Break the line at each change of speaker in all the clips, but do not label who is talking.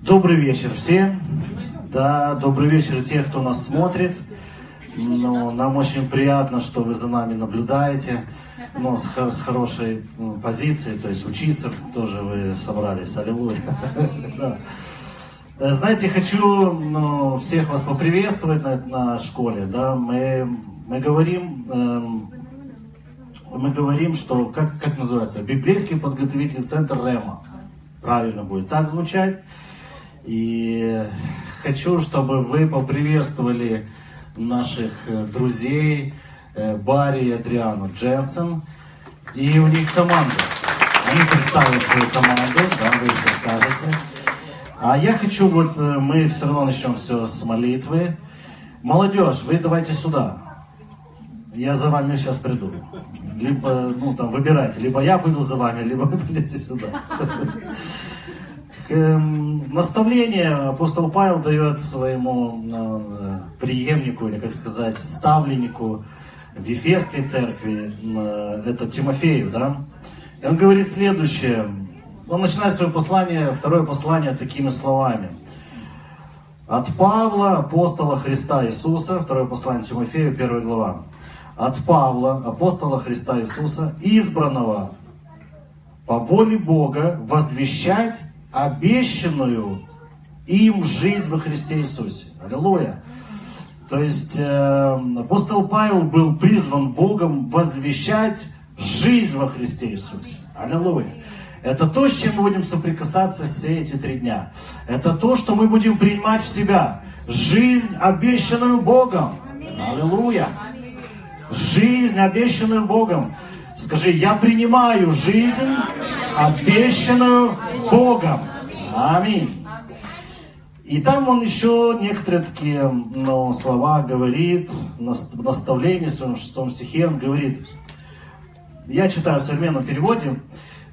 Добрый вечер всем. Да, добрый вечер те, кто нас смотрит. Ну, нам очень приятно, что вы за нами наблюдаете, но с, хо- с хорошей м, позиции, то есть учиться тоже вы собрались. Аллилуйя. Да. Э, Знаете, хочу ну, всех вас поприветствовать на, на школе. Да, мы, мы говорим эм, мы говорим, что, как, как называется, библейский подготовительный центр Рема. Правильно будет так звучать. И хочу, чтобы вы поприветствовали наших э, друзей э, Барри и Адриану Дженсен. И у них команда. Они представили свою команду, да, вы еще скажете. А я хочу, вот э, мы все равно начнем все с молитвы. Молодежь, вы давайте сюда. Я за вами сейчас приду. Либо, ну там, выбирайте. Либо я пойду за вами, либо вы придете сюда. Эм, Наставление апостол Павел дает своему э, преемнику, или, как сказать, ставленнику в Ефесской церкви, э, это Тимофею, да? И он говорит следующее. Он начинает свое послание, второе послание такими словами. От Павла, апостола Христа Иисуса, второе послание Тимофею, первая глава. От Павла, апостола Христа Иисуса, избранного по воле Бога возвещать обещанную им жизнь во Христе Иисусе. Аллилуйя. То есть э, апостол Павел был призван Богом возвещать жизнь во Христе Иисусе. Аллилуйя. Это то, с чем мы будем соприкасаться все эти три дня. Это то, что мы будем принимать в себя. Жизнь, обещанную Богом. Аллилуйя жизнь, обещанную Богом. Скажи, я принимаю жизнь, обещанную Богом. Аминь. И там он еще некоторые такие ну, слова говорит, нас- в наставлении в своем шестом стихе он говорит, я читаю в современном переводе,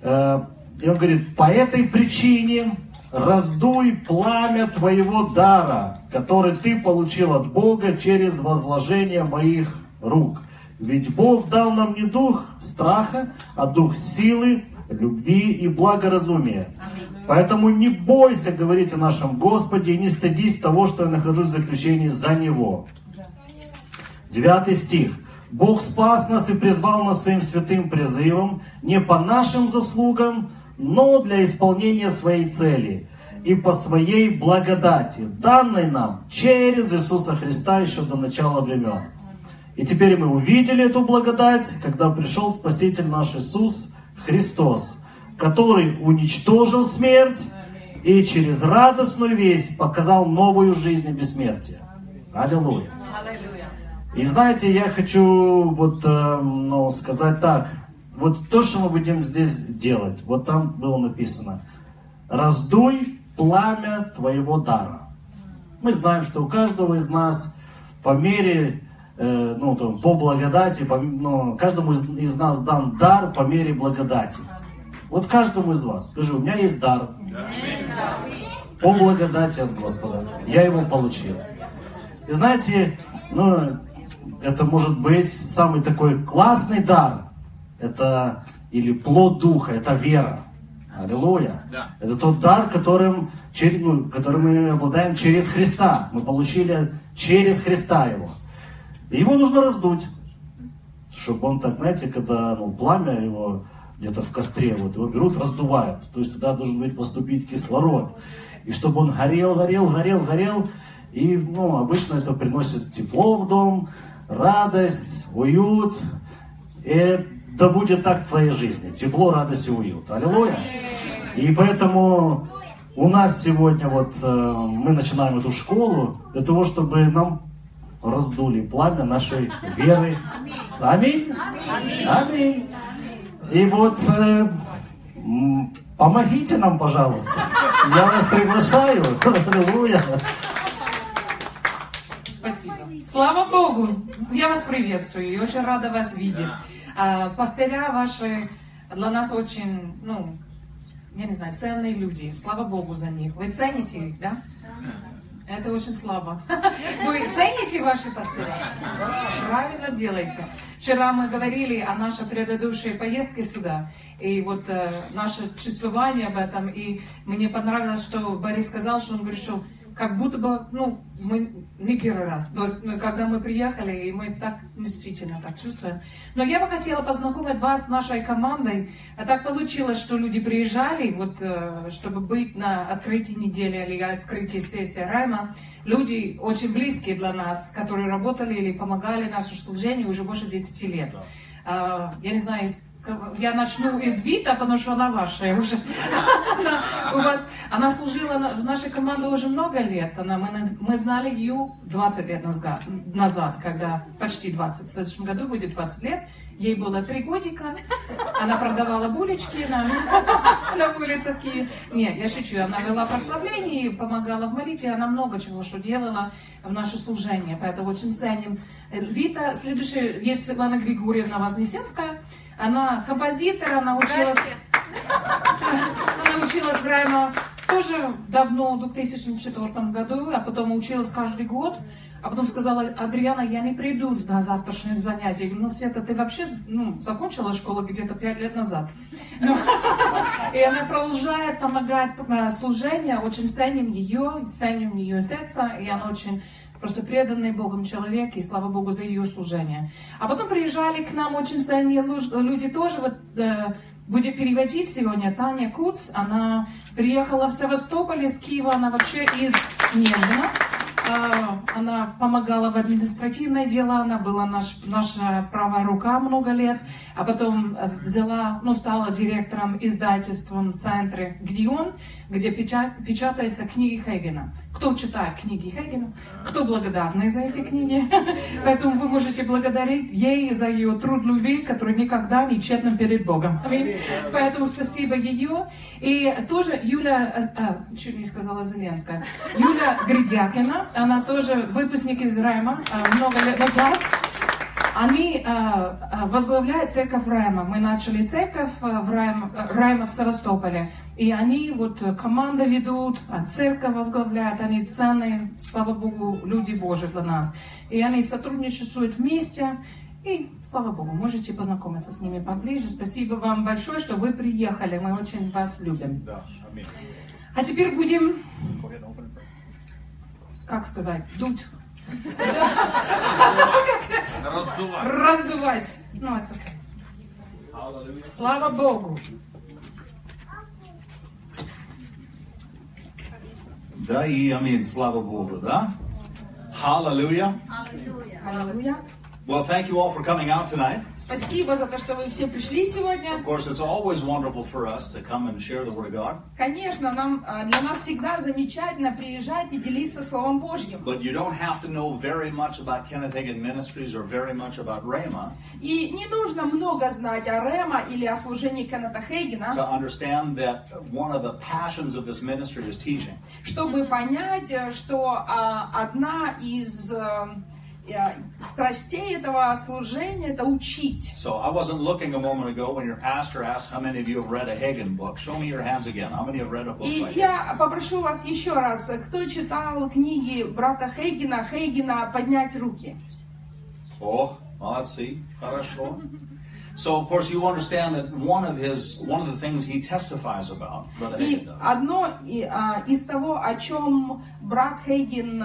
э, и он говорит, по этой причине раздуй пламя твоего дара, который ты получил от Бога через возложение моих рук. Ведь Бог дал нам не дух страха, а дух силы, любви и благоразумия. Поэтому не бойся говорить о нашем Господе и не стыдись того, что я нахожусь в заключении за Него. Девятый стих. Бог спас нас и призвал нас своим святым призывом, не по нашим заслугам, но для исполнения своей цели и по своей благодати, данной нам через Иисуса Христа еще до начала времен. И теперь мы увидели эту благодать, когда пришел Спаситель наш Иисус Христос, который уничтожил смерть и через радостную весть показал новую жизнь и бессмертие. Аллилуйя. И знаете, я хочу вот эм, ну, сказать так. Вот то, что мы будем здесь делать, вот там было написано. Раздуй пламя твоего дара. Мы знаем, что у каждого из нас по мере, э, ну, там, по благодати, по, м- ну, каждому из, из нас дан дар по мере благодати. Вот каждому из вас. Скажи, у меня есть дар. По благодати от Господа. Я его получил. И знаете, ну, это может быть самый такой классный дар. Это или плод духа, это вера. Аллилуйя. Это тот дар, которым, чер- ну, которым мы обладаем через Христа. Мы получили через Христа его. И его нужно раздуть. Чтобы он так, знаете, когда ну, пламя его где-то в костре, вот его берут, раздувают. То есть туда должен быть поступить кислород. И чтобы он горел, горел, горел, горел. И ну, обычно это приносит тепло в дом, радость, уют. И да будет так в твоей жизни. Тепло, радость и уют. Аллилуйя. И поэтому у нас сегодня вот э, мы начинаем эту школу для того, чтобы нам раздули пламя нашей веры. Аминь. Аминь. И вот э, м, помогите нам, пожалуйста. Я вас приглашаю. Аллилуйя.
Спасибо. Слава Богу! Я вас приветствую и очень рада вас видеть. А, Пастыря ваши для нас очень, ну, я не знаю, ценные люди. Слава Богу за них. Вы цените их, да? Это очень слабо. Вы цените ваши пастыря? Правильно делаете. Вчера мы говорили о нашей предыдущей поездке сюда, и вот э, наше чувствование об этом, и мне понравилось, что Борис сказал, что он говорит, что как будто бы, ну, мы не первый раз. То есть, ну, когда мы приехали, и мы так действительно так чувствуем. Но я бы хотела познакомить вас с нашей командой. А так получилось, что люди приезжали, вот, э, чтобы быть на открытии недели или открытии сессии Райма. Люди очень близкие для нас, которые работали или помогали нашему служению уже больше 10 лет. Э, Я не знаю, из кого- я начну из Вита, потому что она ваша уже. Она У вас, она служила на- в нашей команде уже много лет. Она, мы, на- мы знали ее 20 лет назга- назад, когда почти 20. В следующем году будет 20 лет. Ей было 3 годика. Она продавала булечки на, на улице в Киеве. Нет, я шучу. Она вела прославление, и помогала в молитве. Она много чего что делала в наше служение. Поэтому очень ценим. Э, Вита, следующая, есть Светлана Григорьевна Вознесенская. Она композитор, она училась... Она училась в Райма тоже давно, в 2004 году, а потом училась каждый год. А потом сказала, Адриана, я не приду на завтрашнее занятие. Я говорю, ну, Света, ты вообще ну, закончила школу где-то пять лет назад. Ну, и она продолжает помогать э, служению, очень ценим ее, ценим ее сердце, и она очень просто преданный Богом человек, и слава Богу за ее служение. А потом приезжали к нам очень ценные лу- люди тоже, вот э, будет переводить сегодня Таня Куц, она приехала в Севастополь из Киева, она вообще из Нежина. Э, Она помогала в административное дело, она была наш, наша правая рука много лет, а потом э, взяла, ну, стала директором издательством центра «Гдион», где печа- печатаются книги Хейгена. Кто читает книги Хейгена, кто благодарный за эти книги. Поэтому вы можете благодарить ей за ее труд любви, который никогда не тщетным перед Богом. Аминь. Поэтому спасибо ее. И тоже Юля, а, чуть не сказала Зеленская, Юля Гридякина, она тоже выпускник из Райма, а, много лет назад. Они э, э, возглавляют церковь Райма. Мы начали церковь э, в Райм, э, Райма в Севастополе. И они вот э, команда ведут, а церковь возглавляет. Они ценные, слава Богу, люди Божьи для нас. И они сотрудничают вместе. И, слава Богу, можете познакомиться с ними поближе. Спасибо вам большое, что вы приехали. Мы очень вас любим.
Да, аминь.
А теперь будем, как сказать, дуть,
Раздувай.
раздувать. Ну, это- Слава Богу!
Да и аминь. Слава Богу, да? Hallelujah.
Аллилуйя.
Well, thank you all for coming out tonight.
Спасибо за то, что вы все пришли сегодня.
Of course, it's always wonderful for us to come and share the Word of God,
Конечно, нам, а, для нас всегда замечательно приезжать и делиться Словом Божьим.
but you don't have to know very much about Kenneth Hagin Ministries or very much about Rhema
И не нужно много знать о Рема или о служении Кеннета Хейгена,
to understand that one of the passions of this ministry is teaching.
чтобы понять, э, что а, одна из э, э, страстей этого служения – это учить.
So I wasn't looking a moment ago when your pastor asked how many of you have read a Hagin book. Show me your hands again. How many have read a book
И
like that?
я попрошу вас еще раз, э, кто читал книги брата Хейгена, Хейгена «Поднять руки».
Oh, молодцы, хорошо. So, of course, you understand that one of his, one of the things he testifies about, Brother Hagin
И
does,
одно и, а, из того, о чем брат Хейген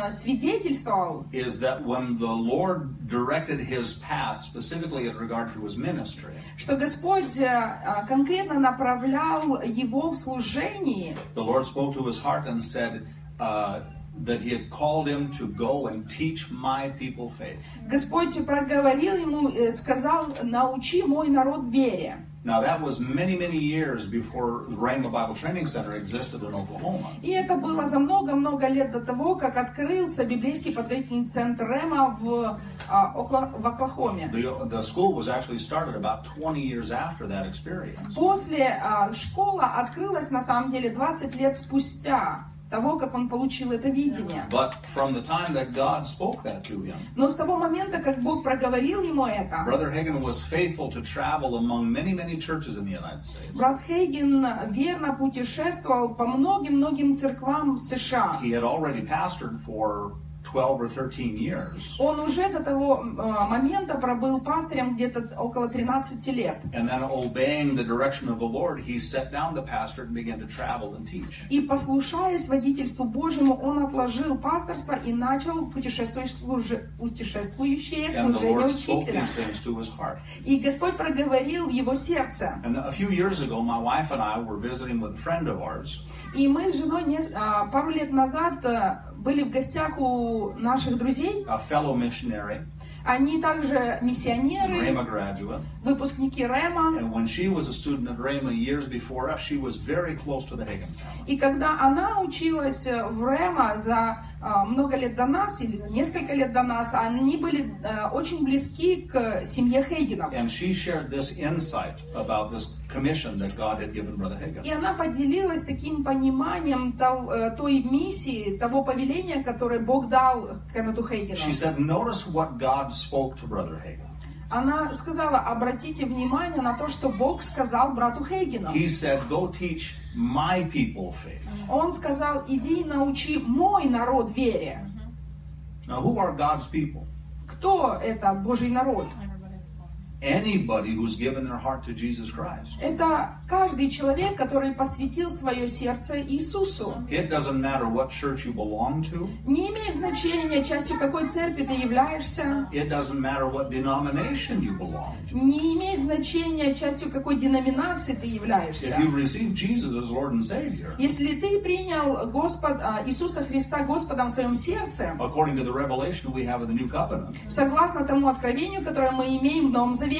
свидетельствовал,
is that when the Lord directed his path, specifically in regard to his ministry,
что Господь э, а, конкретно направлял его в служении,
the Lord spoke to his heart and said uh, that he had called him to go and teach my people faith.
Господь проговорил ему, э, сказал, научи мой народ вере.
Now, that was many, many years before Rhema Bible Training Center existed in Oklahoma.
И это было за много-много лет до того, как открылся библейский подготовительный центр Рема в, а, Окла- в Оклахоме.
The, the school was actually started about 20 years after that experience.
После а, школа открылась на самом деле 20 лет спустя. того, как он получил это видение.
But from the time that God spoke that to him,
Но с того момента, как Бог проговорил ему это,
Brother Hagin was faithful to travel among many, many churches in the United States.
брат Хейген верно путешествовал по многим-многим церквам США.
He had already pastored for 12 or 13 years.
Он уже до того э, момента пробыл пастырем где-то около 13 лет.
And then, obeying the direction of the Lord, he set down the pastorate and began to travel and teach.
И послушаясь водительству Божьему, он отложил пасторство и начал путешествующ- служи- путешествующее
And the
служение
Lord spoke
учителя.
these things to his heart.
И Господь проговорил его сердце.
And a few years ago, my wife and I were visiting with a friend of ours,
И мы с женой не- а, пару лет назад а, были в гостях у наших друзей.
a fellow missionary,
Они также
Rhema
миссионеры,
graduate.
выпускники Рема.
And when she was a student at Rhema years before us, she was very close to the Hagin family.
И когда она училась э, в Рема за а, много лет до нас, или за несколько лет до нас, они были э, очень близки к семье Хейгенов.
And she shared this insight about this commission that God had given Brother
И
Hagin.
она поделилась таким пониманием тов- э, той миссии, того повеления, которое Бог дал Кеннету
She
Хейгену.
said, Notice what God spoke to Brother Hagin.
Она сказала, обратите внимание на то, что Бог сказал брату Хейгену.
He said, Go teach my people faith.
Он сказал, иди и научи мой народ вере.
Now, who are God's people?
Кто это Божий народ?
Anybody who's given their heart to Jesus Christ.
Это каждый человек, который посвятил свое сердце Иисусу.
It doesn't matter what church you belong to.
Не имеет значения, частью какой церкви ты являешься.
It doesn't matter what denomination you belong to.
Не имеет значения, частью какой деноминации ты являешься.
If you receive Jesus as Lord and Savior,
Если ты принял Господ, а, Иисуса Христа Господом в своем сердце,
according to the revelation we have in the New Covenant,
согласно тому откровению, которое мы имеем в Новом Завете,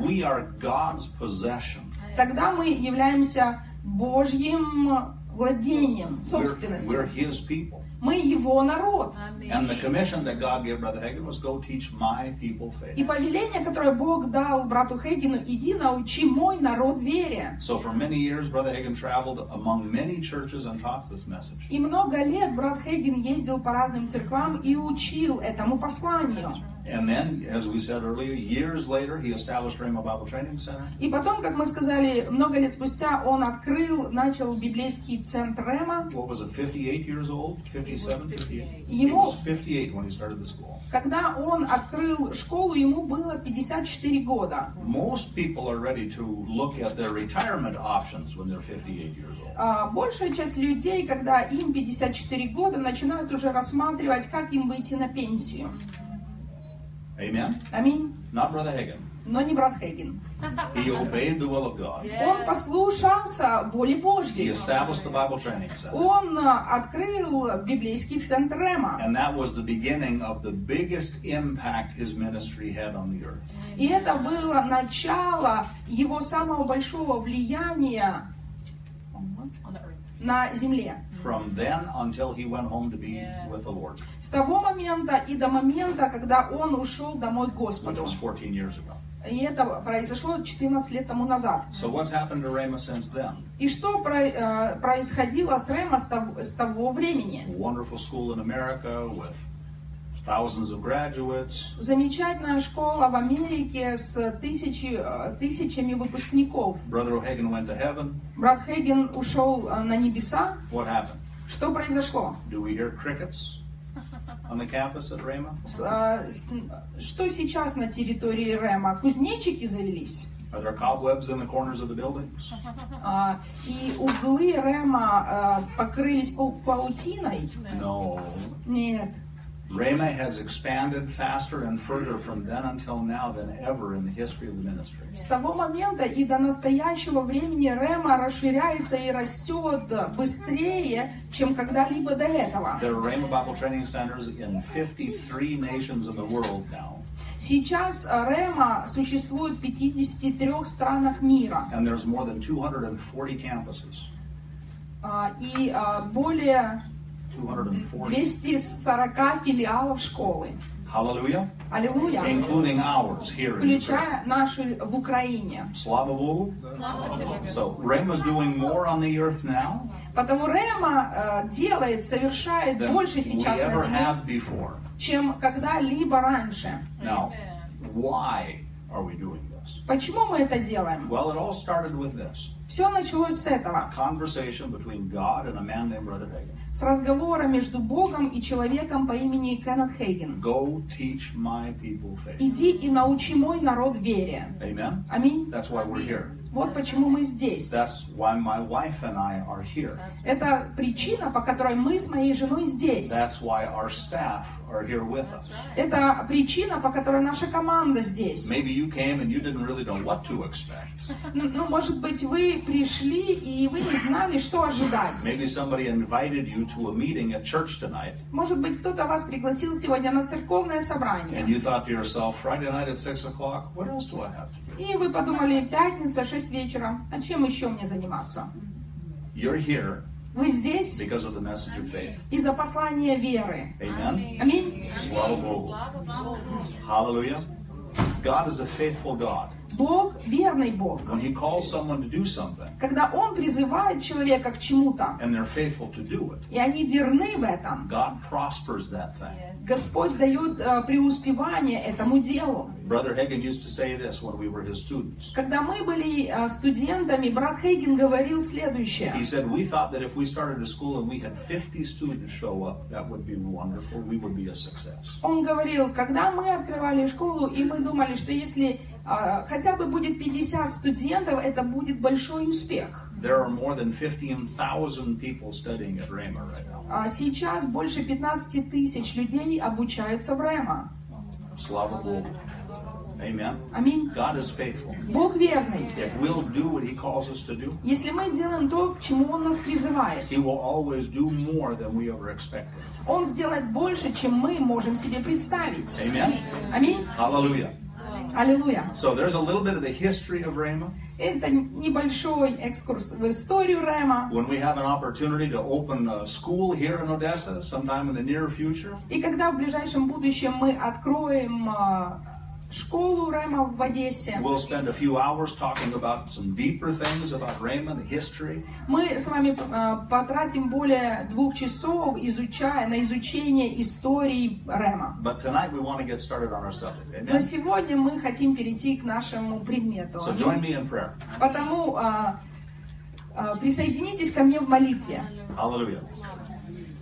we are God's possession.
тогда мы являемся Божьим
We're,
владением,
we're
собственностью.
His people.
Мы Его народ.
And the commission that God gave Brother Hagin was go teach my people faith.
И повеление, которое Бог дал брату Хейгену, иди научи мой народ вере.
So for many years, Brother Hagin traveled among many churches and taught this message.
И много лет брат Хейген ездил по разным церквам и учил этому посланию.
And then, as we said earlier, years later, he established Rhema Bible Training Center.
И потом, как мы сказали, много лет спустя он открыл, начал библейский центр Рема.
What was it, 58 years old? 57, 58? He
You know-
was 58 when he started the school.
Когда он открыл школу, ему было 54 гоda.
Most people are ready to look at their retirement options when they're 58 years old.
А Большая часть людей, когда им 54 года, начинают уже рассматривать, как им выйти на пенсию.
Amen?
Аминь.
Not Brother Hagin.
Но не брат Хейген.
He obeyed the will of God.
Он послушался воли
He
Божьей.
established the Bible Training Center.
Он а, открыл библейский центр Рема.
And that was the beginning of the biggest impact his ministry had on the earth.
И это было начало его самого большого влияния на земле.
From then until he went home to be with the Lord,
С того момента и до момента, когда он ушел домой к
which
Господу.
was 14 years ago.
И это произошло 14 лет тому назад.
So what's happened to Rhema since then?
И что про- э, происходило с Рема с того, с того времени?
wonderful school in America with thousands of graduates,
Замечательная школа в Америке с тысячи, э, тысячами выпускников.
Brother O'Hagan went to heaven.
Брат Хейген ушел э, на небеса.
What happened?
Что произошло?
Do we hear crickets on the campus at Rhema?
С- э, с- Что сейчас на территории Рема? Кузнечики завелись?
Are there cobwebs in the corners of the buildings?
А, И углы Рема э, покрылись пау- паутиной?
No.
Нет.
Rhema has expanded faster and further from then until now than ever in the history of the ministry.
С того момента и до настоящего времени Рема расширяется и растет быстрее, чем когда-либо до этого.
There are Rhema Bible Training Centers in 53 nations in the world now,
Сейчас Рема существует в 53 странах мира
and there's more than 240 campuses.
а, и а, более
240.
240 филиалов школы.
Hallelujah.
Аллилуйя.
Including ours here in Ukraine.
Включая наши в Украине.
Slava Bogu. So Rema's doing more on the earth now
Потому Рема э, делает, совершает
than
больше
we
сейчас на
ever
земле,
have before.
чем когда-либо раньше.
Now, why are we doing this?
Почему мы это делаем?
Well, it all started with this
Все началось с этого,
conversation between God and a man named Brother Hagin.
с разговора между Богом и человеком по имени Кеннет Хейген.
Go teach my people faith.
«Иди и научи мой народ вере».
Amen.
Аминь.
That's why we're here.
Вот почему мы здесь.
That's why my wife and I are here.
Это причина, по которой мы с моей женой здесь.
That's why our staff are here with us.
Это причина, по которой наша команда здесь.
Maybe you came and you didn't really know what to expect.
Ну, ну, может быть, вы пришли и вы не знали, что ожидать.
Maybe somebody invited you to a meeting at church tonight
Может быть, кто-то вас пригласил сегодня на церковное
and
собрание.
you thought to yourself, Friday night at 6 o'clock, what else do I have to do?
И вы подумали, пятница, 6 вечера, а чем еще мне заниматься?
You're here
Вы здесь
because of the message of faith.
из-за послания веры.
Amen.
Аминь.
Slava Bogu. Hallelujah. God is a faithful God.
Бог верный Бог.
When He calls someone to do something
Когда Он призывает человека к чему-то,
and they're faithful to do it,
и они верны в этом,
God prospers that thing.
Господь дает э, преуспевание этому делу.
Brother Hagin used to say this when we were his students.
Когда мы были э, студентами, брат Хейген говорил следующее.
He said, We thought that if we started a school and we had 50 students show up, that would be wonderful. We would be a success.
Он говорил, когда мы открывали школу, и мы думали, что если а, хотя бы будет 50 студентов, это будет большой успех.
There are more than 15,000 people studying at Rama right now.
А сейчас больше 15 tысяч людей обучаются в Рема.
Slava Bogu. Amen.
Аминь.
God is faithful.
Бог верный.
If we'll do what He calls us to do,
Если мы делаем то, к чему Он нас призывает,
He will always do more than we ever expected.
Он сделает больше, чем мы можем себе представить.
Amen.
Аминь.
Hallelujah.
Аллилуйя.
So there's a little bit of the history of Rama.
Это небольшой экскурс в историю Рема.
When we have an opportunity to open a school here in Odessa sometime in the near future,
И когда в ближайшем будущем мы откроем а, школу Рема в Одессе,
We'll spend a few hours talking about some deeper things about Rhema, the history,
Мы с вами э, потратим более двух часов, изучая на изучение истории Рема.
but tonight we want to get started on our subject.
Но
Amen?
сегодня мы хотим перейти к нашему предмету.
So join me in prayer.
Потому э, э, присоединитесь ко мне в молитве.
Hallelujah.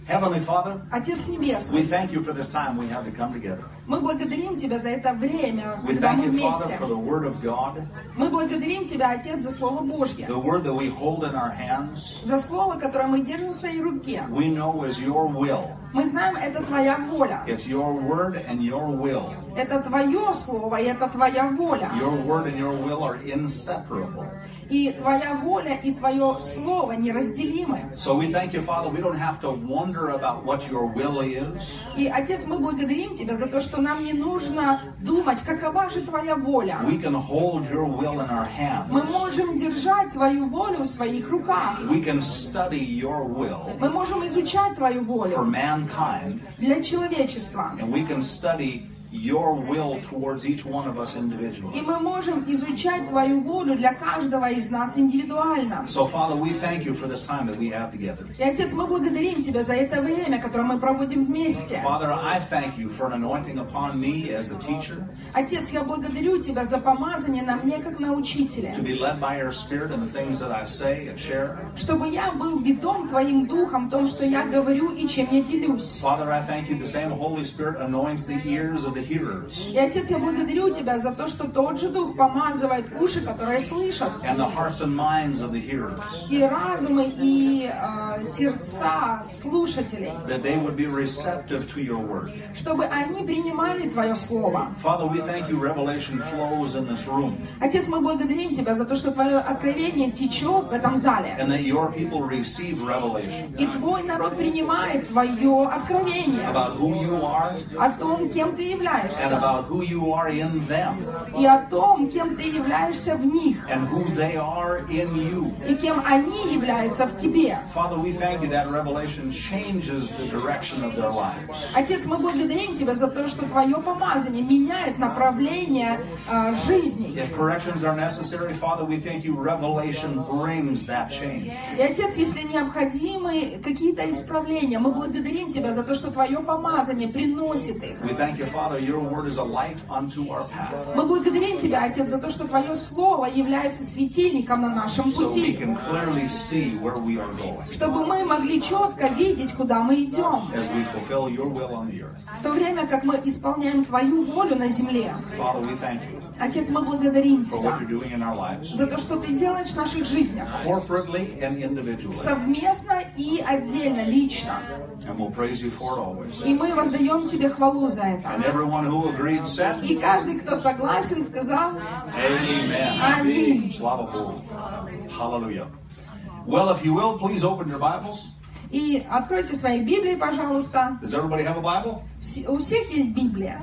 Heavenly Father,
Отец
we
Небесный,
thank you for this time we have to come together.
мы благодарим Тебя за это время,
We
когда
thank
мы
you, Father,
вместе.
for the Word of God,
Мы благодарим Тебя, Отец, за Слово Божье,
the Word that we hold in our hands.
за Слово, которое мы держим в своей руке.
We know is your will.
Мы знаем, это Твоя воля.
It's your Word and your will.
Это Твое Слово, и это Твоя воля.
Your Word and your will are inseparable.
И твоя воля и твое слово неразделимы.
So we thank you, Father, we don't have to wonder about what your will is.
И, Отец, мы благодарим Тебя за то, что нам не нужно думать, какова же Твоя воля.
We can hold your will in our hands.
Мы можем держать Твою волю в своих руках.
We can study your will
Мы можем изучать Твою
for
волю
mankind,
для человечества.
and we can study your will towards each one of us
И
individually.
мы можем изучать Твою волю для каждого из нас индивидуально.
So, Father, we thank you for this time that we have together.
И, Отец, мы благодарим Тебя за это время, которое мы проводим вместе.
Father, I thank you for an anointing upon me as a teacher
Отец, я благодарю Тебя за помазание на мне как на учителя.
to be led by your Spirit in the things that I say and share.
чтобы я был ведом Твоим Духом в том, что я говорю и чем я делюсь.
Father, I thank you the same Holy Spirit anoints the ears of the hearers
И, Отец, я благодарю Тебя за то, что тот же Дух помазывает уши, которые слышат,
and the hearts and minds of the hearers,
и разумы, и э, сердца слушателей,
that they would be receptive to your word.
чтобы они принимали Твое Слово.
Father, we thank you revelation flows in this room.
Отец, мы благодарим Тебя за то, что Твое откровение течет в этом зале.
and that your people receive revelation
И Твой народ принимает Твое откровение
about who you are,
о том, кем Ты
and
являешься,
about who you are in them
и о том, кем ты являешься в них,
and who they are in you.
и кем они являются в тебе.
Father, we thank you that revelation changes the direction of their lives.
Отец, мы благодарим Тебя за то, что Твое помазание меняет направление э, жизни.
If corrections are necessary, Father, we thank you revelation brings that change.
И, Отец, если необходимы какие-то исправления, мы благодарим Тебя за то, что Твое помазание приносит их.
We thank you, Father, your word is a light unto our path.
Мы благодарим Тебя, Отец, за то, что Твое Слово является светильником на нашем
So we
пути,
can clearly see where we are going
чтобы мы могли четко видеть, куда мы идем,
as we fulfill your will on the earth.
в то время как мы исполняем Твою волю на земле.
Father, we thank you
Отец, мы благодарим
for what
Тебя
you're doing in our lives,
за то, что Ты делаешь в наших жизнях,
corporately and individually.
совместно и отдельно, лично.
And we'll praise you for it always.
И мы воздаем Тебе хвалу за это.
And everyone who agreed said,
И каждый, кто согласен, сказал,
Amen.
Amen.
Slava Bohu. Hallelujah. Well, if you will, please open your Bibles.
и откройте свои Библии, пожалуйста.
Does everybody have a Bible?
Все- У всех есть Библия.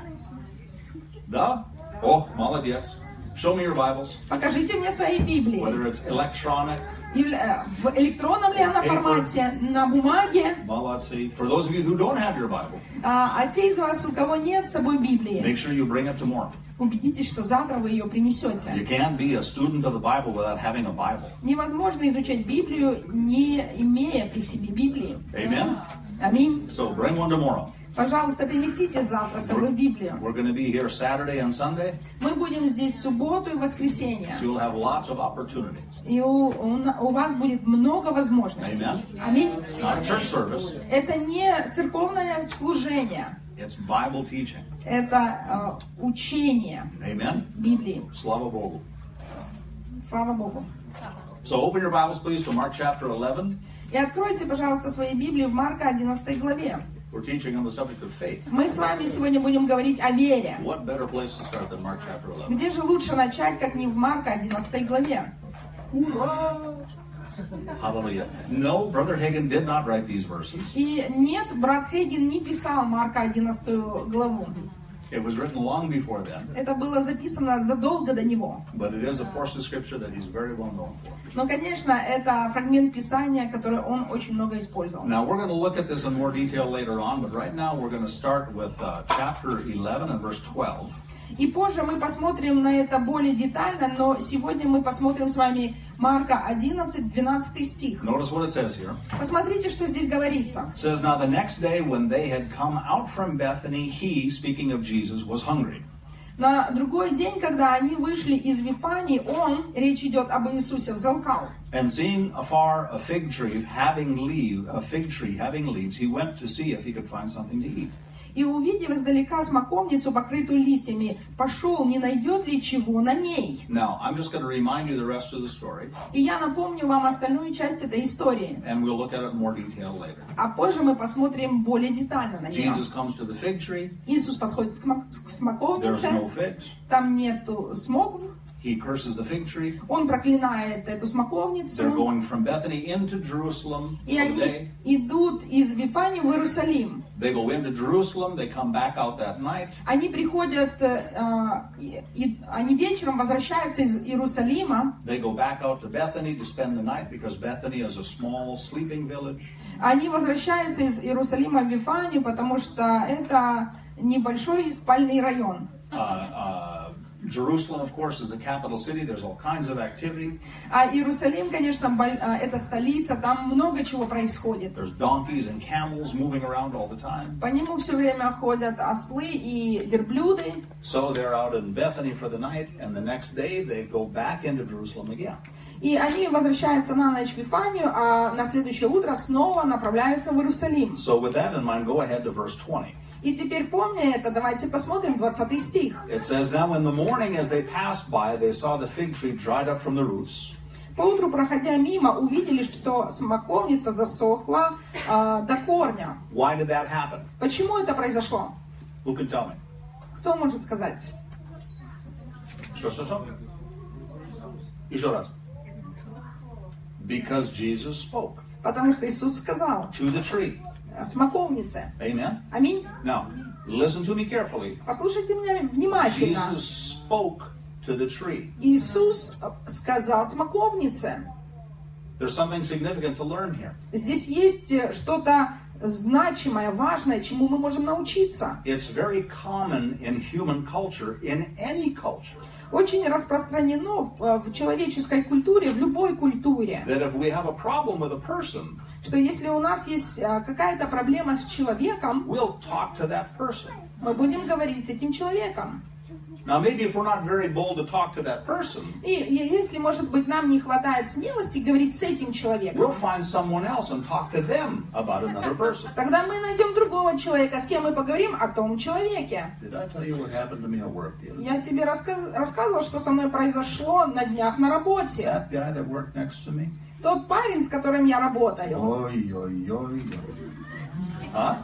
Да? Oh, молодец. Show me your Bibles,
Покажите мне свои Библии.
whether it's electronic,
Явля- э, В электронном ли она формате, на бумаге.
молодцы. For those of you who don't have your Bible,
А, а те из вас, у кого нет с собой Библии,
make sure you bring it tomorrow.
убедитесь, что завтра вы ее принесете.
You can't be a student of the Bible without having a Bible.
Невозможно изучать Библию, не имея при себе Библии.
Amen?
Аминь.
So bring one tomorrow.
Пожалуйста, принесите завтра с собой Библию.
We're going to be here Saturday and Sunday,
Мы будем здесь в субботу и воскресенье.
so you'll have lots of opportunities.
И у, у на- у вас будет много возможностей.
Amen.
Аминь.
It's not a church service,
Это не церковное служение,
it's Bible teaching.
это э, учение
Amen?
Библии.
Slava Bogu.
Слава Богу.
So open your Bibles, please, to Mark chapter 11.
И откройте, пожалуйста, свои Библии в Марка 11 главе.
We're teaching on the subject of faith.
Мы с вами сегодня будем говорить о вере.
What better place to start than Mark chapter 11?
Где же лучше начать, как не в Марка 11 главе?
Hoorah! Hallelujah. No, Brother Hagin did not write these verses.
И нет, брат Хейген не писал Марка 11 главу.
It was written long before then,
Это было записано задолго до него.
but it is a portion of scripture that he's very well known for.
Но, конечно, это фрагмент Писания, который он очень много использовал.
Now, we're going to look at this in more detail later on, but right now we're going to start with uh, chapter 11 and verse 12.
И позже мы посмотрим на это более детально, но сегодня мы посмотрим с вами Марка 11, 12 стих.
Notice what it says here.
Посмотрите, что здесь говорится.
It says, Now the next day when they had come out from Bethany, he, speaking of Jesus, was hungry.
На другой день, когда они вышли из Вифании, он, речь идет об Иисусе, взалкал.
And seeing afar a fig tree having leaves, a fig tree having leaves, he went to see if he could find something to eat.
И увидев издалека смоковницу, покрытую листьями, пошел, не найдет ли чего на ней.
Now, I'm just going to remind you the rest of the story,
И я напомню вам остальную часть этой истории.
and we'll look at it in more detail later.
А позже мы посмотрим более детально на нее.
Jesus comes to the fig tree.
Иисус подходит к смо- к
There's
смоковнице,
no figs.
там нету смоков,
He curses the fig tree.
Он проклинает эту
They're
смоковницу,
going from Bethany into Jerusalem for
и
the
они
day.
идут из Вифании в Иерусалим.
They go into Jerusalem. They come back out that night.
Они приходят, э, а, и- и они вечером возвращаются из Иерусалима,
They go back out to Bethany to spend the night because Bethany is a small sleeping village.
они возвращаются из Иерусалима в Вифанию, потому что это небольшой спальный район.
Uh, uh, Jerusalem, of course, is the capital city. There's all kinds of activity.
А Иерусалим, конечно, боль- а, это столица, там много чего происходит.
There's donkeys and camels moving around all the time.
По нему все время ходят ослы и верблюды,
So they're out in Bethany for the night, and the next day they go back into Jerusalem again.
И они возвращаются на ночь в Вифанию, а на следующее утро снова направляются в Иерусалим.
So, with that in mind, go ahead to verse 20.
И теперь, помня это, давайте посмотрим 20 стих.
It says, Now in the morning as they passed by, they saw the fig tree dried up from the roots.
Поутру, проходя мимо, увидели, что смоковница засохла э, до корня.
Why did that happen?
Почему это произошло?
Who can tell me?
Кто может сказать?
Что, что, что? Еще раз. Because Jesus spoke
Потому что Иисус сказал
to the tree.
э, смоковнице.
Amen?
Аминь.
Now, listen to me carefully.
Послушайте меня внимательно.
Jesus spoke to the tree.
Иисус э, сказал смоковнице.
There's something significant to learn here.
Здесь есть э, что-то значимое, важное, чему мы можем научиться.
It's very common in human culture, in any culture,
Очень распространено в, э, в человеческой культуре, в любой культуре,
that if we have a problem with a person,
что если у нас есть э, какая-то проблема с человеком,
we'll talk to that person.
мы будем говорить с этим человеком.
Now, maybe if we're not very bold to talk to that person,
И, и если, может быть, нам не хватает смелости говорить с этим
we'll
человеком,
find someone else and talk to them about another person.
тогда мы найдем другого человека, с кем мы поговорим о том человеке.
Did I tell you what happened to me at work the other day?
Я тебе рассказ- рассказывала, что со мной произошло на днях на работе.
That guy that worked next to me?
Тот парень, с которым я работаю,
Oy, oy, oy, oy. Huh?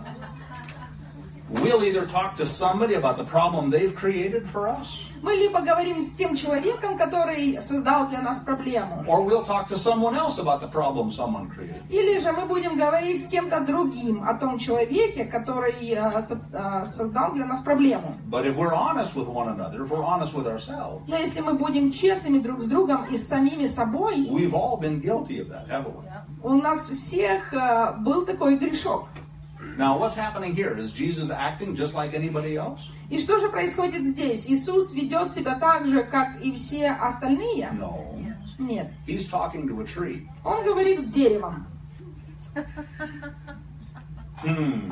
We'll either talk to somebody about the problem they've created for us,
мы либо говорим с тем человеком, который создал для нас проблему,
or we'll talk to someone else about the problem someone created.
или же мы будем говорить с кем-то другим о том человеке, который э, со- э, создал для нас проблему.
But if we're honest with one another, if we're honest with ourselves,
Но если мы будем честными друг с другом и с самими собой,
we've all been guilty of that, haven't we?
У нас всех э, был такой грешок.
Now, what's happening here? Is Jesus acting just like anybody else?
И что же происходит здесь? Иисус ведет себя так же, как и все остальные?
No.
Нет.
He's talking to a tree.
Он говорит с деревом.
Hmm.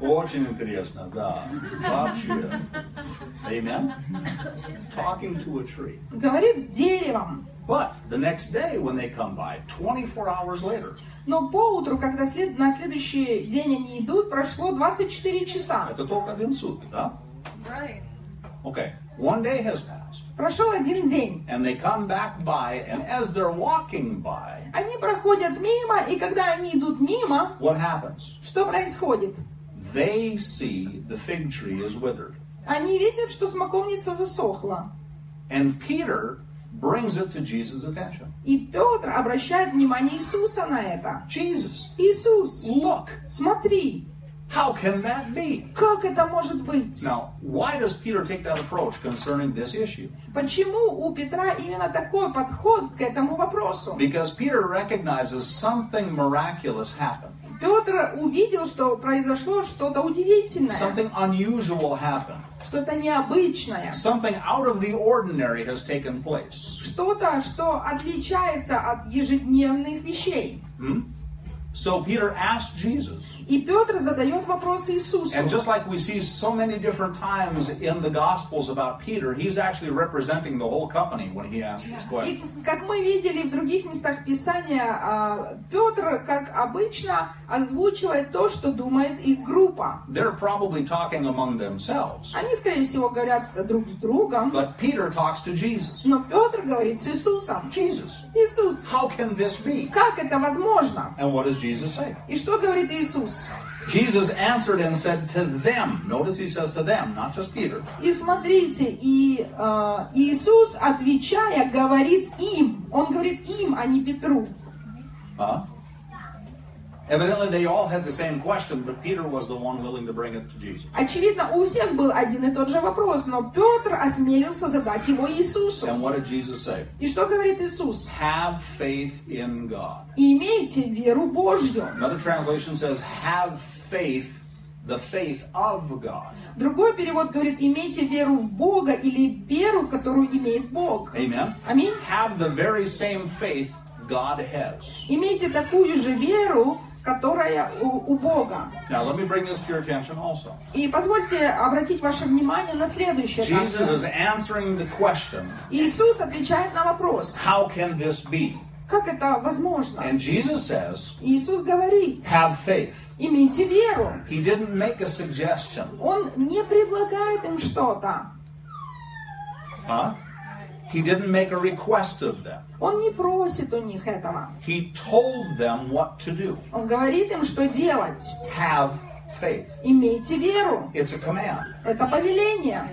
Очень интересно, да. Вообще. Amen? Talking to a tree.
Говорит с деревом.
But the next day when they come by, 24 hours later,
Но поутру, когда след- на следующий день они идут, прошло 24 часа.
это только один сутки, да? Okay, one day has passed,
Прошел один день.
and they come back by, and as they're walking by,
Они проходят мимо, и когда они идут мимо,
what happens?
что происходит?
They see the fig tree is withered.
Они видят, что смоковница засохла.
And Peter brings it to Jesus' attention.
И Петр обращает внимание Иисуса на это.
Jesus,
Иисус,
look,
смотри,
how can that be?
Как это может быть?
Now, why does Peter take that approach concerning this issue?
Почему у Петра именно такой подход к этому вопросу?
Because Peter recognizes something miraculous happened.
Петр увидел, что произошло что-то удивительное,
Something unusual happened.
что-то необычное,
Something out of the ordinary has taken place.
что-то, что отличается от ежедневных вещей.
So Peter asked Jesus,
И Петр задает вопрос Иисусу.
and just like we see so many different times in the Gospels about Peter, he's actually representing the whole company when he asks this
И
question.
как мы видели в других местах Писания, а, Петр, как обычно, озвучивает то, что думает их группа.
They're probably talking among themselves,
Они, скорее всего, говорят друг с другом,
but Peter talks to Jesus.
но Петр говорит с Иисусом.
Jesus,
Иисус,
how can this be?
как это возможно?
And what does Jesus say?
И что говорит Иисус?
Jesus answered and said to them, notice he says to them, not just Peter,
И смотрите, и э, Иисус, отвечая, говорит им. Он говорит им, а не Петру.
Huh? Evidently, they all had the same question, but Peter was the one willing to bring it to Jesus.
Очевидно, у всех был один и тот же вопрос, но Петр осмелился задать его Иисусу.
And what did Jesus say?
И что говорит Иисус?
Have faith in God.
Имейте веру Божью.
Another translation says, have faith, the faith of God.
Другой перевод говорит, имейте веру в Бога или веру, которую имеет Бог.
Amen?
Аминь.
Have the very same faith God has.
Имейте такую же веру, которая у- у Бога.
Now, let me bring this to your attention also.
И позвольте обратить ваше внимание на следующее.
Jesus
также.
is answering the question,
Иисус отвечает на вопрос,
how can this be?
как это возможно?
And Jesus says,
Иисус говорит,
have faith.
имейте веру.
He didn't make a suggestion.
Он не предлагает им что-то.
Huh? He didn't make a request of them.
Он не просит у них этого.
He told them what to do.
Он говорит им, что делать.
Have faith.
Имейте веру.
It's a command.
Это повеление.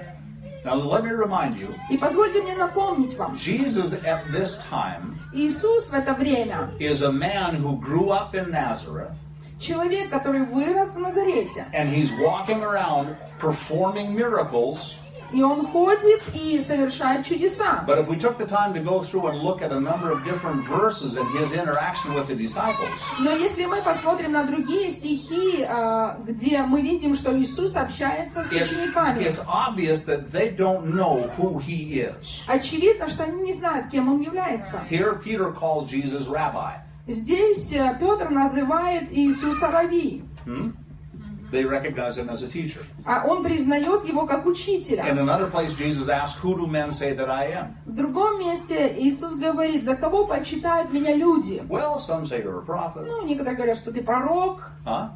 Now, let me remind you
И позвольте мне напомнить вам,
Jesus at this time
Иисус в это время
is a man who grew up in Nazareth,
Человек, который вырос в Назарете.
and he's walking around performing miracles.
И он ходит и совершает чудеса.
But if we took the time to go through and look at a number of different verses and his interaction with the disciples,
Но если мы посмотрим на другие стихи, э, где мы видим, что Иисус общается с
it's,
учениками,
it's obvious that they don't know who he is.
очевидно, что они не знают, кем он является.
Here, Peter calls Jesus rabbi.
Здесь э, Петр называет Иисуса Рави,
They recognize him as a teacher.
а он признает его как
In
учителя.
another place, Jesus asks, Who do men say that I am?
В другом месте Иисус говорит, за кого почитают меня люди?
Well, some say you're a prophet.
Ну, некоторые говорят, что ты пророк.
Huh?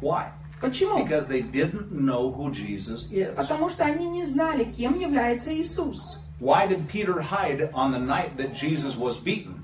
Why?
Почему?
Because they didn't know who Jesus is.
Потому что они не знали, кем является Иисус.
Why did Peter hide on the night that Jesus was beaten?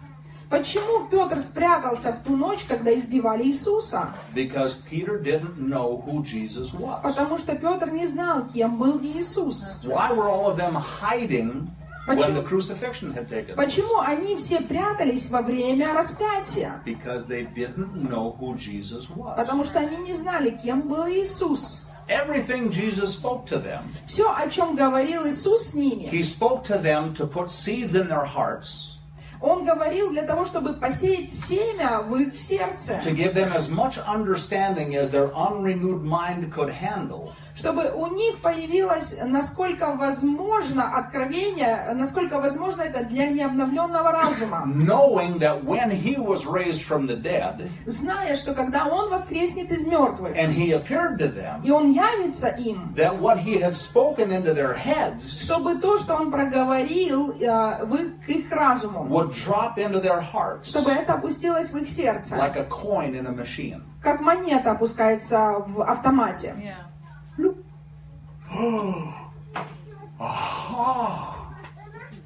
Почему Петр спрятался в ту ночь, когда избивали Иисуса?
Because Peter didn't know who Jesus was.
Потому что Петр не знал, кем был Иисус.
Why were all of them hiding when
Почему?
the crucifixion had taken place?
Почему они все прятались во время распятия?
Because they didn't know who Jesus was.
Потому что они не знали, кем был Иисус.
Everything Jesus spoke to them,
Все, о чем говорил Иисус с ними,
he spoke to them to put seeds in their hearts,
Он говорил для того, чтобы посеять семя в их сердце,
to give them as much understanding as their unrenewed mind could handle,
чтобы у них появилось, насколько возможно, откровение, насколько возможно это для необновленного разума,
knowing that when he was raised from the dead
зная, что когда Он воскреснет из мертвых,
and he appeared to them,
и Он явится им,
that what he had spoken into their heads
чтобы то, что он проговорил э, в их, к их разуму,
would drop into their hearts
чтобы это опустилось в их сердце,
like a coin in a machine.
как монета опускается в автомате.
Yeah.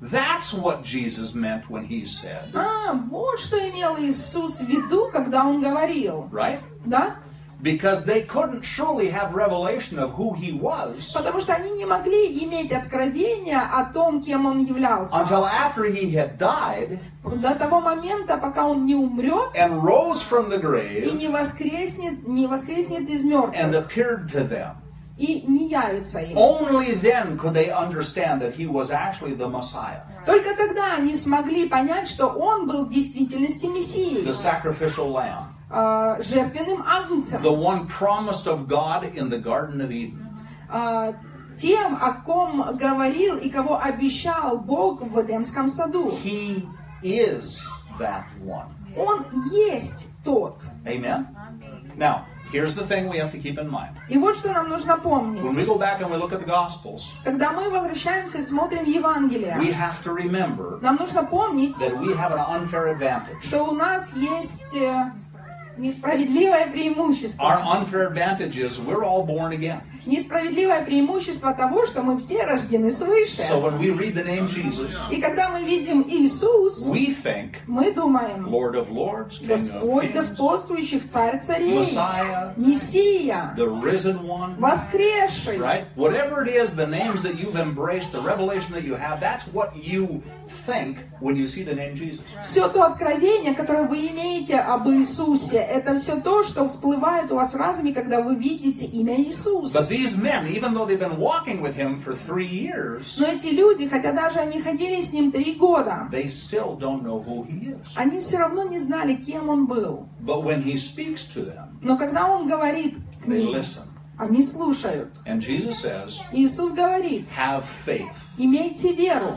That's what Jesus meant when he said,
А, вот что имел Иисус в виду, когда он говорил,
right?
да?
Because they couldn't surely have revelation of who he was
Потому что они не могли иметь откровения о том, кем он являлся.
until after he had died
До того момента, пока он не умрет
and rose from the
и
grave
не воскреснет, не воскреснет из
and
мертвых
appeared to them.
и не явится им.
Only then could they understand that he was actually the Messiah,
Только тогда они смогли понять, что он был в действительности Мессией.
the sacrificial lamb,
а, жертвенным агнцем,
the one promised of God in the Garden of Eden.
а, тем, о ком говорил и кого обещал Бог в Эдемском саду.
He is that one.
Он есть тот.
Amen? Now, here's the thing we have to keep in mind.
И вот что нам нужно
When we
помнить.
go back and we look at the Gospels,
Когда мы возвращаемся и смотрим
we
Евангелие,
have to remember
нам нужно помнить,
that we have an unfair advantage.
что у нас есть э, несправедливое преимущество.
Our unfair advantage is we're all born again.
Несправедливое преимущество того, что мы все рождены свыше.
So when we read the name Jesus,
И когда мы видим Иисус,
we think
мы думаем,
Lord of Lords, King of
Господь
Kings,
господствующих царь царей,
Messiah,
Мессия,
the risen one,
воскресший.
right? Whatever it is, the names that you've embraced, the revelation that you have, that's what you think when you see the name Jesus.
Все то откровение, которое вы имеете об Иисусе, это все то, что всплывает у вас в разуме, когда вы видите имя Иисус.
But these men, even though they've been walking with him for three years,
Но эти люди, хотя даже они ходили с ним три года,
they still don't know who he is.
они все равно не знали, кем он был.
But when he speaks to them,
Но когда он говорит к
they
ним,
listen.
они слушают.
And Jesus says,
Иисус говорит,
have faith.
имейте веру.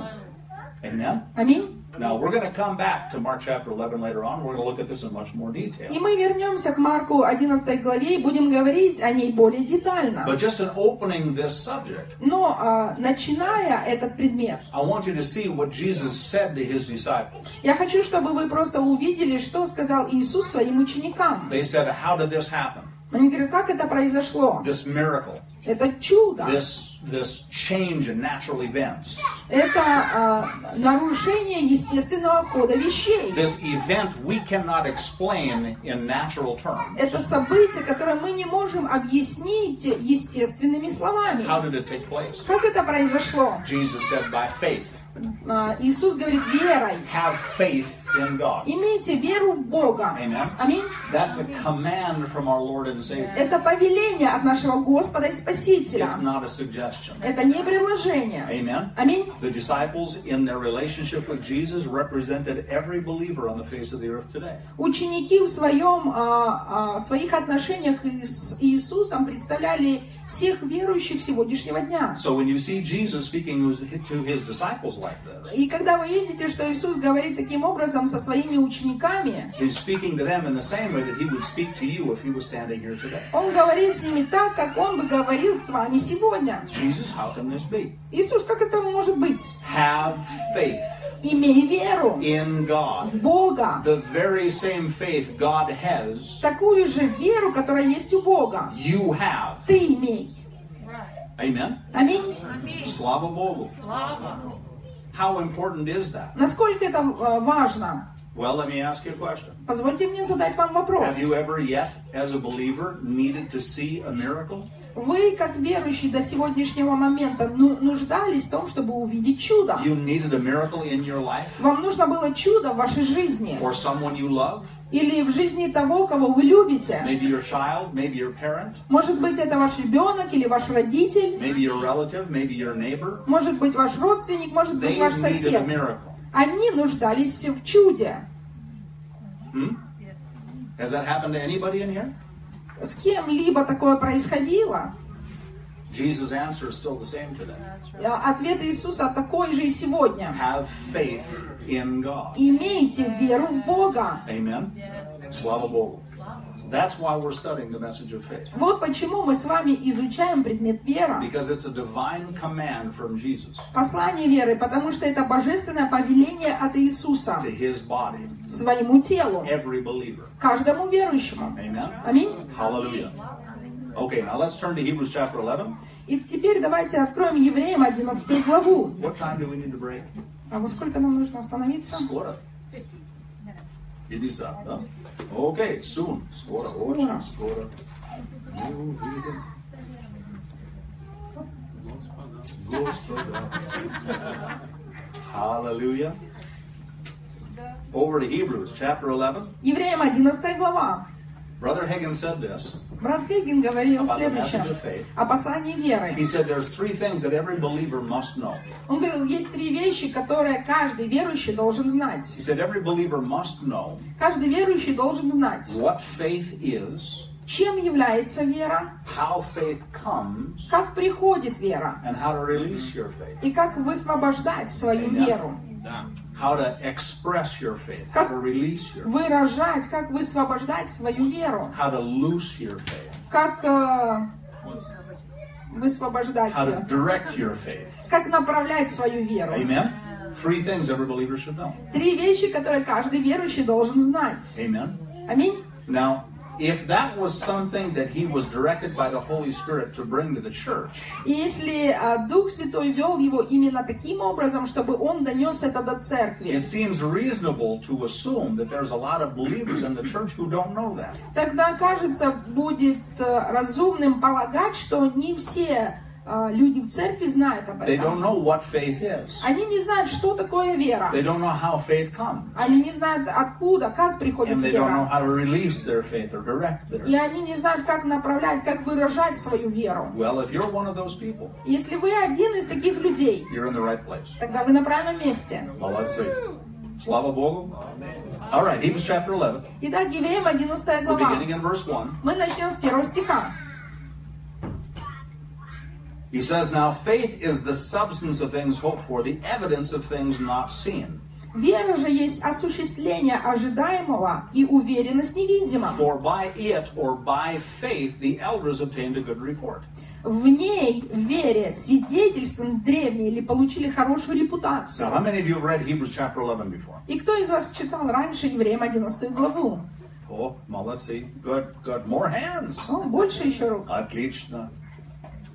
Amen?
Аминь.
Now, we're going to come back to Mark chapter 11 later on. We're going to look at this in much more
И
detail.
мы вернемся к Марку 11 главе и будем говорить о ней более
But
детально.
just in opening this subject,
Но а, начиная этот предмет,
I want you to see what Jesus said to his disciples.
Я хочу, чтобы вы просто увидели, что сказал Иисус своим ученикам.
They said, How did this happen?
Они говорят, как это произошло?
This miracle,
Это чудо.
this, this change in natural events,
Это а, нарушение естественного хода вещей.
this event we cannot explain in natural terms.
Это событие, которое мы не можем объяснить естественными словами.
How did it take place?
Как это произошло?
Jesus said, By faith.
А, Иисус говорит верой.
Have faith in God.
Имейте веру в Бога.
Amen.
Аминь.
That's a command from our Lord and Savior.
Это повеление от нашего Господа и Спасителя.
It's not a suggestion.
Это не приложение.
Amen.
Аминь.
The disciples, in their relationship with Jesus, represented every believer on the face of the earth today.
Ученики в, своем, а, а, в своих отношениях и с Иисусом представляли всех верующих сегодняшнего дня.
So when you see Jesus speaking to his disciples like this,
И когда вы видите, что Иисус говорит таким образом со своими учениками,
he's speaking to them in the same way that he would speak to you if he was standing here today.
Он говорит с ними так, как Он бы говорил с вами сегодня.
Jesus, how can this be?
Иисус, как это может быть?
Have faith
Имей веру
in
в
God.
Бога.
The very same faith God has,
Такую же веру, которая есть у Бога.
you have.
Ты имей.
Amen.
Аминь.
Slava Bogu. How important is that?
Насколько это э, важно?
Well, let me ask you a question.
Позвольте мне задать вам вопрос.
Have you ever yet, as a believer, needed to see a miracle?
Вы, как верующий до сегодняшнего момента, ну- нуждались в том, чтобы увидеть чудо.
You needed a miracle in your life
Вам нужно было чудо в вашей жизни
or someone you love?
или в жизни того, кого вы любите.
Maybe your child, maybe your parent,
Может быть, это ваш ребенок или ваш родитель,
maybe your relative, maybe your neighbor.
может быть, ваш родственник, может
They
быть, ваш
needed a
сосед.
miracle.
Они нуждались в чуде.
Hmm? Has that happened to anybody in here?
С кем-либо такое происходило?
Jesus' answer is still the same today.
Э, Ответ Иисуса такой же и сегодня.
Have faith in God.
Имейте веру в Бога.
Amen. Slava Bogu. That's why we're studying the message of faith.
Вот почему мы с вами изучаем предмет вера.
Because it's a divine command from Jesus
Послание веры, потому что это божественное повеление от Иисуса
to his body,
своему телу,
every believer.
каждому верующему.
Amen.
Аминь.
Hallelujah. Okay, now let's turn to Hebrews chapter 11.
И теперь давайте откроем Евреям 11 главу.
What time do we need to break?
А во сколько нам нужно остановиться?
Скоро. Единица, да? Окей, soon. Oh, Скоро, очень скоро. Мы увидим. Господа. Hallelujah. Over to Hebrews chapter 11.
Евреям 11 глава.
Brother Hagin said this.
Брат Хейген говорил
About the
следующее
message of faith.
о послании веры.
He said there's three things that every believer must know.
Он говорил, есть три вещи, которые каждый верующий должен
He
знать.
said every believer must know
Каждый верующий должен знать,
what faith is,
чем является вера,
how faith comes,
как приходит вера
and how to release your faith.
и как высвобождать свою
Amen.
веру.
How to express your faith, how to release your faith,
выражать, как высвобождать свою веру,
how to loose your faith,
как э, высвобождать
how to
ее,
direct your faith.
как направлять свою веру.
Amen? Three things every believer should know.
Три вещи, которые каждый верующий должен знать.
Amen?
Аминь.
Now, if that was something that he was directed by the Holy Spirit to bring to the church,
И если э, Дух Святой вел его именно таким образом, чтобы он донес это до церкви,
it seems reasonable to assume that there's a lot of believers in the church who don't know that.
тогда, кажется, будет э, разумным полагать, что не все э, люди в церкви знают об
They don't
этом.
know what faith is.
Они не знают, что такое вера.
They don't know how faith comes.
Они не знают, откуда, как приходит
And they don't know
вера.
how to release their faith or direct their
И они не знают, как направлять, как выражать свою веру.
Well, if you're one of those people,
Если вы один из таких людей,
you're in the right place.
тогда вы на правильном месте.
Well, let's see. Slava Bogu. All right, Hebrews chapter 11.
Итак, Евреям 11
We're
глава.
beginning in verse 1.
Мы начнем с первого стиха.
He says, Now faith is the substance of things hoped for, the evidence of things not seen.
«Вера же есть осуществление ожидаемого и уверенность невидимого.
For by it or by faith the elders obtained a good report.
В ней, в вере, свидетельством древние или получили хорошую
Now,
репутацию».
how many of you have read Hebrews chapter 11 before?
И кто из вас читал раньше Евреям 11 главу?
Oh, well, let's see. Good, good. More hands.
О, больше еще рук.
Отлично.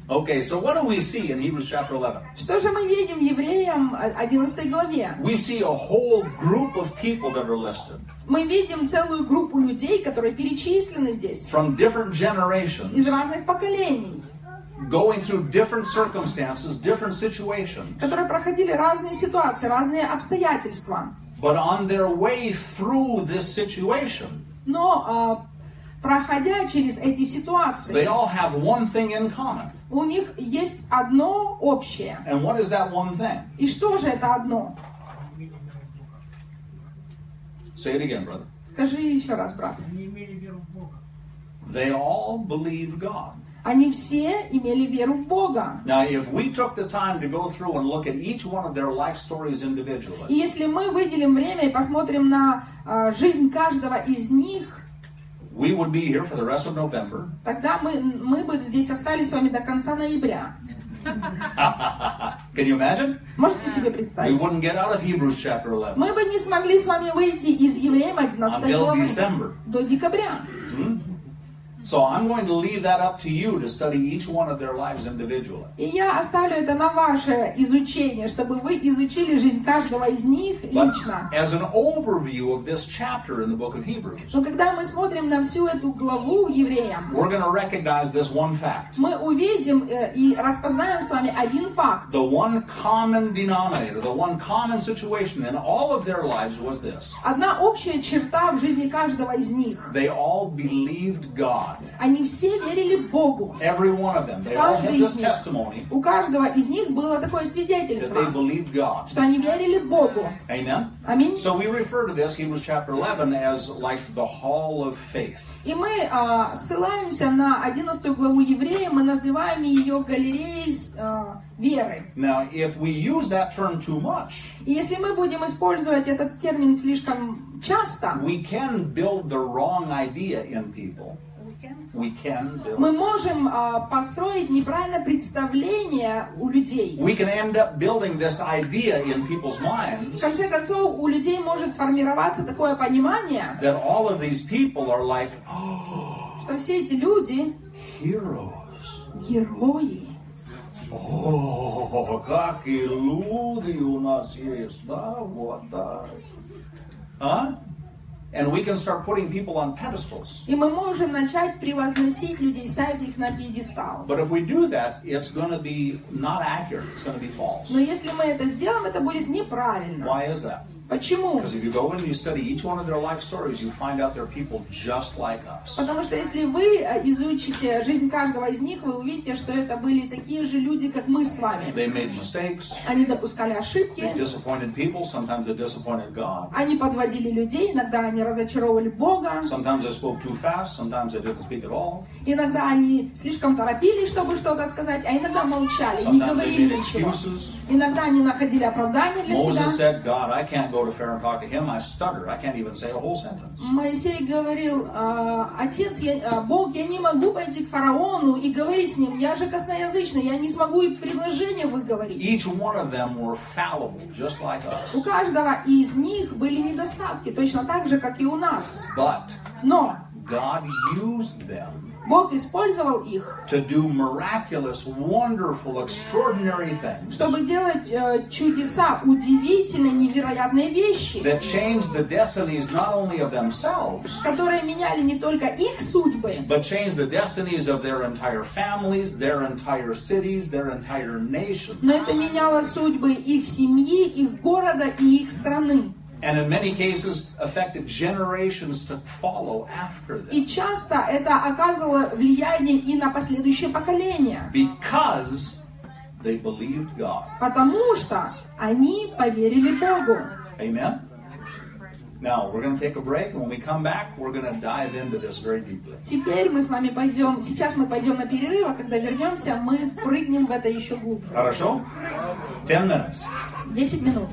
Okay, so what do we see in Hebrews chapter 11?
Что же мы видим в Евреям 11 главе?
We see a whole group of people that are listed
Мы видим целую группу людей, которые перечислены здесь
from different generations.
из разных поколений,
going through different circumstances, different situations,
которые проходили разные ситуации, разные обстоятельства.
But on their way through this situation,
Но а, проходя через эти
they
ситуации,
all have one thing in common.
у них есть одно общее.
And what is that one thing?
И что же это одно?
Say it again, brother.
Скажи еще раз, брат.
They all believe God.
Они все имели веру в Бога.
Now, if we took the time to go through and look at each one of their life stories
И
individually,
если мы выделим время и посмотрим на а, жизнь каждого из них,
we would be here for the rest of November.
тогда мы, мы бы здесь остались с вами до конца ноября.
Can you imagine?
Можете себе
We
представить?
wouldn't get out of Hebrews chapter 11
Мы бы не смогли с вами выйти из Евреям 11
until
главы
December.
до декабря.
So I'm going to leave that up to you to study each one of their lives individually.
И я оставлю это на ваше изучение, чтобы вы изучили жизнь каждого из них
But
лично.
as an overview of this chapter in the book of Hebrews,
Но когда мы смотрим на всю эту главу евреям,
we're going to recognize this one fact.
мы увидим э, и распознаем с вами один факт.
The one common denominator, the one common situation in all of their lives was this
Одна общая черта в жизни каждого из них.
they all believed God.
Они все верили Богу.
Every one of them. They all had
Каждый
this
из них.
testimony
У каждого из них было такое
that they
свидетельство,
believed God.
что они верили Богу.
Amen?
Аминь.
So we refer to this, Hebrews chapter 11, as like the hall of faith.
И мы а, ссылаемся на 11 главу Еврея, мы называем ее галереей а, веры.
Now, if we use that term too much,
И если мы будем использовать этот термин слишком часто,
we can build the wrong idea in people. We can build.
мы можем а, построить неправильное представление у людей.
We can end up building this idea in people's minds
В конце концов, у людей может сформироваться такое понимание,
that all of these people are like "Oh,
что все эти люди
heroes.
герои.
Oh, какие люди у нас есть, да, вот, да. Huh? And we can start putting people on pedestals.
И мы можем начать превозносить людей, ставить их на пьедестал.
But if we do that, it's going to be not accurate. It's going to be false.
Но если мы это сделаем, это будет неправильно.
Why is that?
Почему?
Because if you go in and you study each one of their life stories, you find out they're people just like us.
Потому что если вы э, изучите жизнь каждого из них, вы увидите, что это были такие же люди, как мы с вами.
They made mistakes.
Они допускали
They
ошибки,
disappointed people. Sometimes they disappointed God.
они подводили людей, иногда они разочаровывали Бога,
Sometimes they spoke too fast. Sometimes they didn't speak at all.
иногда они слишком торопились, чтобы что-то сказать, а иногда молчали,
Sometimes
не
they
говорили
made
ничего.
excuses.
Иногда они находили оправдание для
Moses
себя.
said, God, I can't go to Pharaoh and talk to him. I stutter. I can't even say a whole sentence.
Моисей говорил, «А, отец, я, а, Бог, я не могу пойти к фараону и говорить с ним, я же косноязычный, я не смогу и предложение выговорить.
Each one of them were fallible, just like us.
У каждого из них были недостатки, точно так же, как и у нас.
But
Но
God used them
Бог использовал их,
to do miraculous, wonderful, extraordinary things
чтобы делать э, чудеса, удивительные, невероятные вещи,
that changed the destinies not only of themselves,
которые меняли не только их судьбы,
but changed the destinies of their entire families, their entire cities, their entire nation.
но это меняло судьбы их семьи, их города и их страны.
And in many cases, affected generations to follow after them.
И часто это оказывало влияние и на последующие поколения,
Because they believed God.
потому что они поверили Богу.
Amen? Now, we're going to take a break, and when we come back, we're going to dive into this very deeply.
Теперь мы с вами пойдем, сейчас мы пойдем на перерыв, а когда вернемся, мы прыгнем в это еще глубже.
Хорошо? Ten minutes.
10 минут.